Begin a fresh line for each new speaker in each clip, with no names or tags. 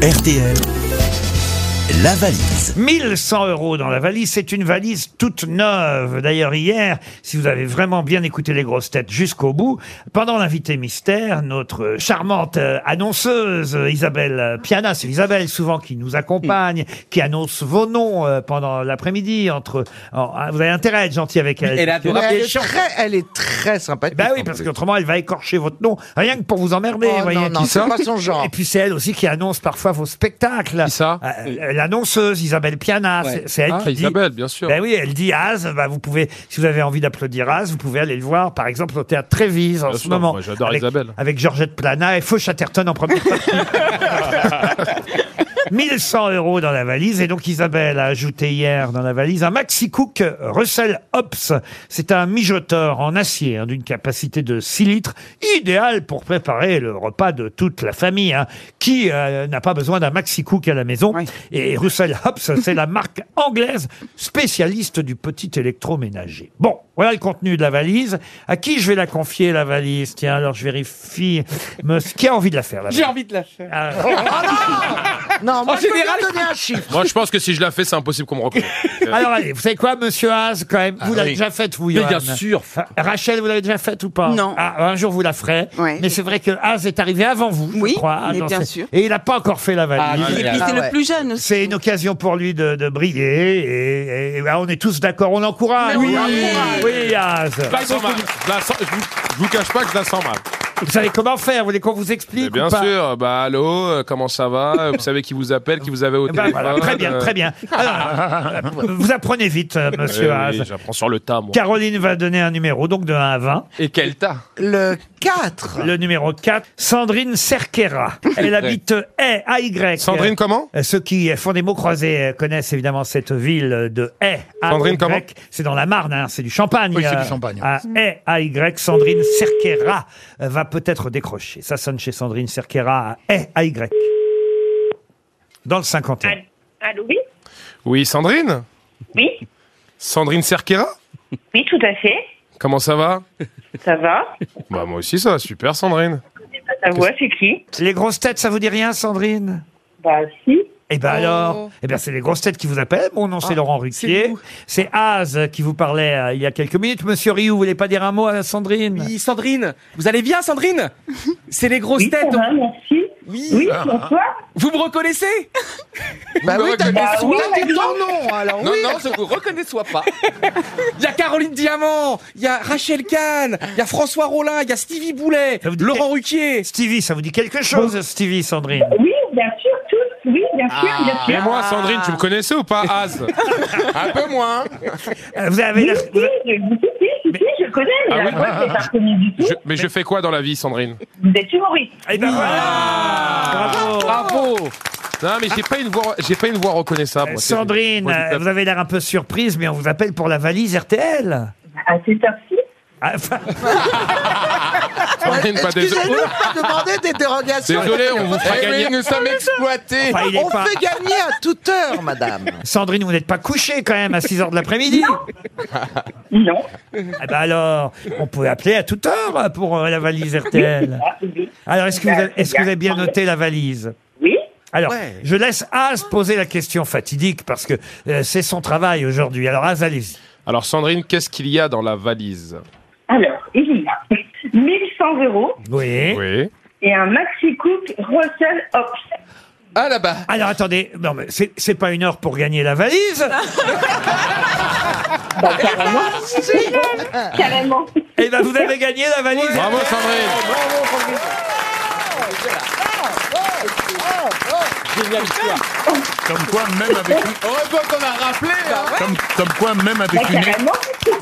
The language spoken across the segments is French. RTL, la valise.
1100 euros dans la valise. C'est une valise toute neuve. D'ailleurs, hier, si vous avez vraiment bien écouté les grosses têtes jusqu'au bout, pendant l'invité mystère, notre charmante euh, annonceuse euh, Isabelle euh, Piana, c'est Isabelle souvent qui nous accompagne, qui annonce vos noms euh, pendant l'après-midi. Entre, en- ah, vous avez intérêt à être gentil avec elle.
Elle est adorable.
Elle
Des
est,
champs.
très, elle est très sympathique.
Bah
Ben oui, parce qu'autrement, elle va écorcher votre nom, rien que pour vous emmerder.
Oh,
voyez.
non, non, c'est pas son genre.
Et puis c'est elle aussi qui annonce parfois vos spectacles.
Qui ça
Euh, euh, L'annonceuse Isabelle Piana,
Ouais.
c'est- c'est elle
Ah,
qui dit.
Isabelle, bien sûr.
Ben oui, elle dit Az. bah, vous pouvez, si vous avez envie d'applaudir Az, vous pouvez aller le voir, par exemple, au théâtre Trévise en
Bien
ce
sûr,
moment.
moi, j'adore
avec,
Isabelle.
Avec Georgette Plana et Feu Chatterton en première partie. 1100 euros dans la valise. Et donc, Isabelle a ajouté hier dans la valise un Maxi Cook Russell Hobbs. C'est un mijoteur en acier hein, d'une capacité de 6 litres, idéal pour préparer le repas de toute la famille. hein. Qui euh, n'a pas besoin d'un Maxi Cook à la maison Et Russell Hobbs, c'est la marque anglaise spécialiste du petit électroménager. Bon, voilà le contenu de la valise. À qui je vais la confier, la valise Tiens, alors je vérifie. Me- Qui a envie de la faire, la
J'ai
valise
envie de la faire.
Ah,
Non, moi,
En
je peux
général-
bien donner un chiffre.
Moi, je pense que si je la fais, c'est impossible qu'on me reconnaisse. Euh,
Alors allez, vous savez quoi, monsieur Haas, quand même Vous l'avez
Ah oui.
déjà faite, vous,
mais bien
Johan
sûr.
Ah, Rachel, vous l'avez déjà faite ou pas
Non.
Ah, un jour, vous la ferez.
Ouais.
Mais c'est vrai que Haas est arrivé avant vous, je
Oui,
crois. Ah,
mais
non,
bien
c'est-
sûr.
Et il n'a pas encore fait la valise.
Ah,
Et puis
Ah
c'est
ouais.
le plus jeune aussi.
c'est une occasion pour lui de, de briller. Et, et- et là, on est tous d'accord, on l'encourage.
Mais on
oui Haas.
Je la sens mal. Je la sens- je vous, je vous cache pas que je la sens mal.
Vous savez comment faire Vous voulez qu'on vous explique
Mais bien
ou pas
sûr. Bah, allô, euh, comment ça va Euh, Vous savez qui vous appelle, qui vous avez au
Eh ben,
téléphone
voilà, Très bien,
euh,
très bien. Alors, vous apprenez vite, euh, monsieur
euh,
Haas.
oui, J'apprends sur le tas, moi.
Caroline va donner un numéro, donc de 1 à 20.
Et quel tas
Le 4.
Le numéro 4, Sandrine Cerquera. Elle habite Haye, A-Y.
Sandrine, comment
Euh, Ceux qui font des mots croisés euh, connaissent évidemment cette ville de Haye. A-Y.
Sandrine, comment
C'est dans la Marne, hein, c'est du Champagne.
Oui, c'est du
euh,
Champagne.
À Haye, A-Y, Sandrine Cerquera euh, va peut-être décrocher. Ça sonne chez Sandrine Cerquera à Haye, A-Y. Dans le 51.
Allô, allô, oui
Oui, Sandrine
Oui,
Sandrine Cerquera
oui, tout à fait.
Comment ça va
Ça va
Bah, moi aussi, ça va super, Sandrine.
Ta voix, c'est qui
Les grosses têtes, ça vous dit rien, Sandrine
Bah, si.
Eh ben alors, eh ben c'est les grosses têtes qui vous appellent. Mon nom c'est Laurent Ruquier. C'est Az qui vous parlait euh, il y a quelques minutes. Monsieur Rioux, vous voulez pas dire un mot à Sandrine
Oui, Sandrine, vous allez bien, Sandrine C'est les grosses
Oui, ça
têtes.
va, merci.
Oui.
Oui, pourquoi
Vous me reconnaissez
Bah oui, t'as dit
Bah
son
oui,
t'as dit
oui.
ton nom, alors
Non,
oui.
non, je vous reconnais soit pas. Il y a Caroline Diamant, il y a Rachel Kahn, il y a François Rollin, il y a Stevie Boulet,
Ça vous dit-
Laurent Ruquier.
Stevie, ça vous dit quelque chose, Stevie, Sandrine
Oui, bien sûr, tous. Oui, bien sûr,
Et
bien sûr.
moi, Sandrine, tu me connaissais ou pas, Az
Un peu moins.
Euh, Vous avez
Oui,
la-
si,
vous-
je- si, si, si, si, je connais, mais
Ah
la
oui.
voix, c'est pas connue du tout.
Je- Mais je fais quoi dans la vie, Sandrine
Vous êtes humoriste.
Eh ben voilà Bravo
Bravo.
Non, mais j'ai pas une voix, j'ai pas une voix reconnaissable.
Euh,
moi, c'est-
Sandrine,
moi, je
euh,
tape-
vous avez l'air un peu surprise, mais on vous appelle pour la valise RTL.
Ah, c'est sorti
Ah, enfin,
Sandrine, pas désolé.
Excusez-nous de pas demander des dérogations.
Désolé, on vous fera gagner.
Eh nous sommes exploités.
enfin, il est
Ah, On
pas-
fait gagner à toute heure, madame.
Sandrine, vous n'êtes pas couchée quand même à 6 heures de l'après-midi.
Non.
Ah bah alors, on peut appeler à toute heure pour euh, la valise RTL.
Ah, oui.
Alors, est-ce que, vous avez- est-ce que vous avez bien noté la valise
Oui.
Alors,
Ouais.
je laisse Az poser la question fatidique parce que euh, c'est son travail aujourd'hui. Alors, Az, allez-y.
Alors, Sandrine, qu'est-ce qu'il y a dans la valise
Alors, il y a 1100 euros
Oui.
Oui.
et un Maxi Cook Russell Hobbs.
Ah là-bas.
Alors, attendez, non, mais c'est c'est pas une heure pour gagner la valise.
Carrément.
Eh ben, vous avez gagné la valise.
Bravo, Sandrine.
Comme quoi, même avec une,
Oh, Heureusement qu'on a rappelé. hein.
comme, comme quoi, même avec une,
Ah, Carrément.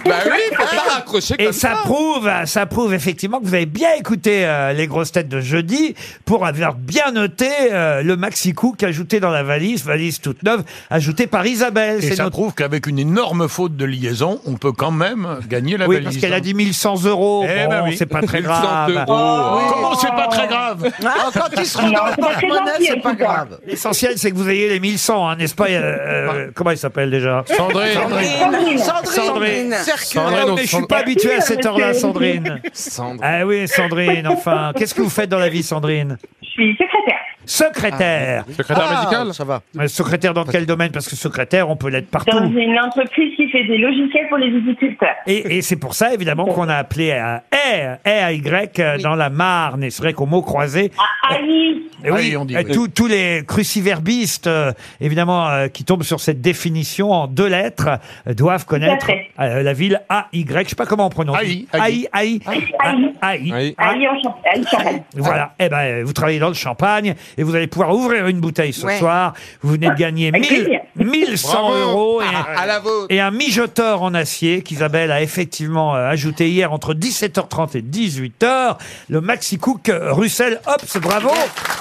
Bah oui, faut pas raccrocher
Et
comme
ça prouve, ça prouve effectivement que vous avez bien écouté euh, les grosses têtes de jeudi pour avoir bien noté euh, le maxi cook ajouté dans la valise, valise toute neuve, ajouté par Isabelle.
et
C'est
ça
notre
prouve qu'avec une énorme faute de liaison, on peut quand même gagner la
oui,
valise. hein.
parce qu'elle a dit 1100 euros.
Eh
Bon,
ben oui.
c'est pas très
1100
grave.
euros.
Comment c'est pas très grave
Ah, quand ils seront dans
Non,
le
c'est pas très
porte-monnaie,
gentil,
c'est
en
pas
tout cas.
grave.
L'essentiel, c'est que vous ayez les 1100, hein, n'est-ce pas euh, euh, Comment il s'appelle déjà
Sandrine.
Sandrine.
Sandrine.
Circule.
Sandrine,
Ah,
on
mais je suis
s'en-
pas habitué à cette heure-là,
monsieur.
Sandrine.
Sandrine.
Ah oui, Sandrine, enfin. Qu'est-ce que vous faites dans la vie, Sandrine
Je suis secrétaire.
Secrétaire.
Secrétaire médical
Ça va.
Euh, Secrétaire dans quel domaine Parce que secrétaire, on peut l'être
dans
partout.
une entreprise qui fait des logiciels pour les viticulteurs.
Et, et c'est pour ça, évidemment, qu'on a appelé à R, R-Y, euh, dans la Marne. Et c'est vrai qu'au mot croisé,
À Aïe,
Et oui,
oui, Ah, on dit,
euh,
oui.
tous- tous les cruciverbistes, euh, évidemment, euh, qui tombent sur cette définition en deux lettres, euh, doivent connaître
fait.
euh, la ville AY. Je sais pas comment on prononce.
Aïe,
Aïe,
Aïe.
Aïe,
Aïe.
Aïe.
Aïe.
Aïe.
Aïe en Champ- Aïe, Champagne.
Voilà. Eh ben, euh, vous travaillez dans le champagne et vous allez pouvoir ouvrir une bouteille ce
Ouais.
soir. Vous venez de gagner
Avec
1000,
plaisir.
1100
Bravo.
euros et,
À la vôtre.
et un mijoteur en acier qu'Isabelle a effectivement euh, ajouté hier entre 17h30 et 18h. Le Maxi Cook euh, Russell Hops, bravo.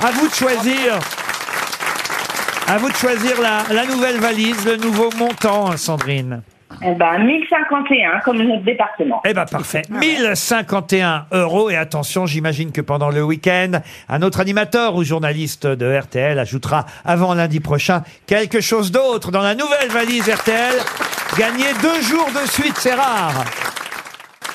À vous de choisir. À vous de choisir la, la nouvelle valise, le nouveau montant, hein, Sandrine.
Eh ben, 1051, comme notre département.
Eh ben parfait. 1051 euros. Et attention, j'imagine que pendant le week-end, un autre animateur ou journaliste de RTL ajoutera avant lundi prochain quelque chose d'autre dans la nouvelle valise RTL. Gagner deux jours de suite, c'est rare.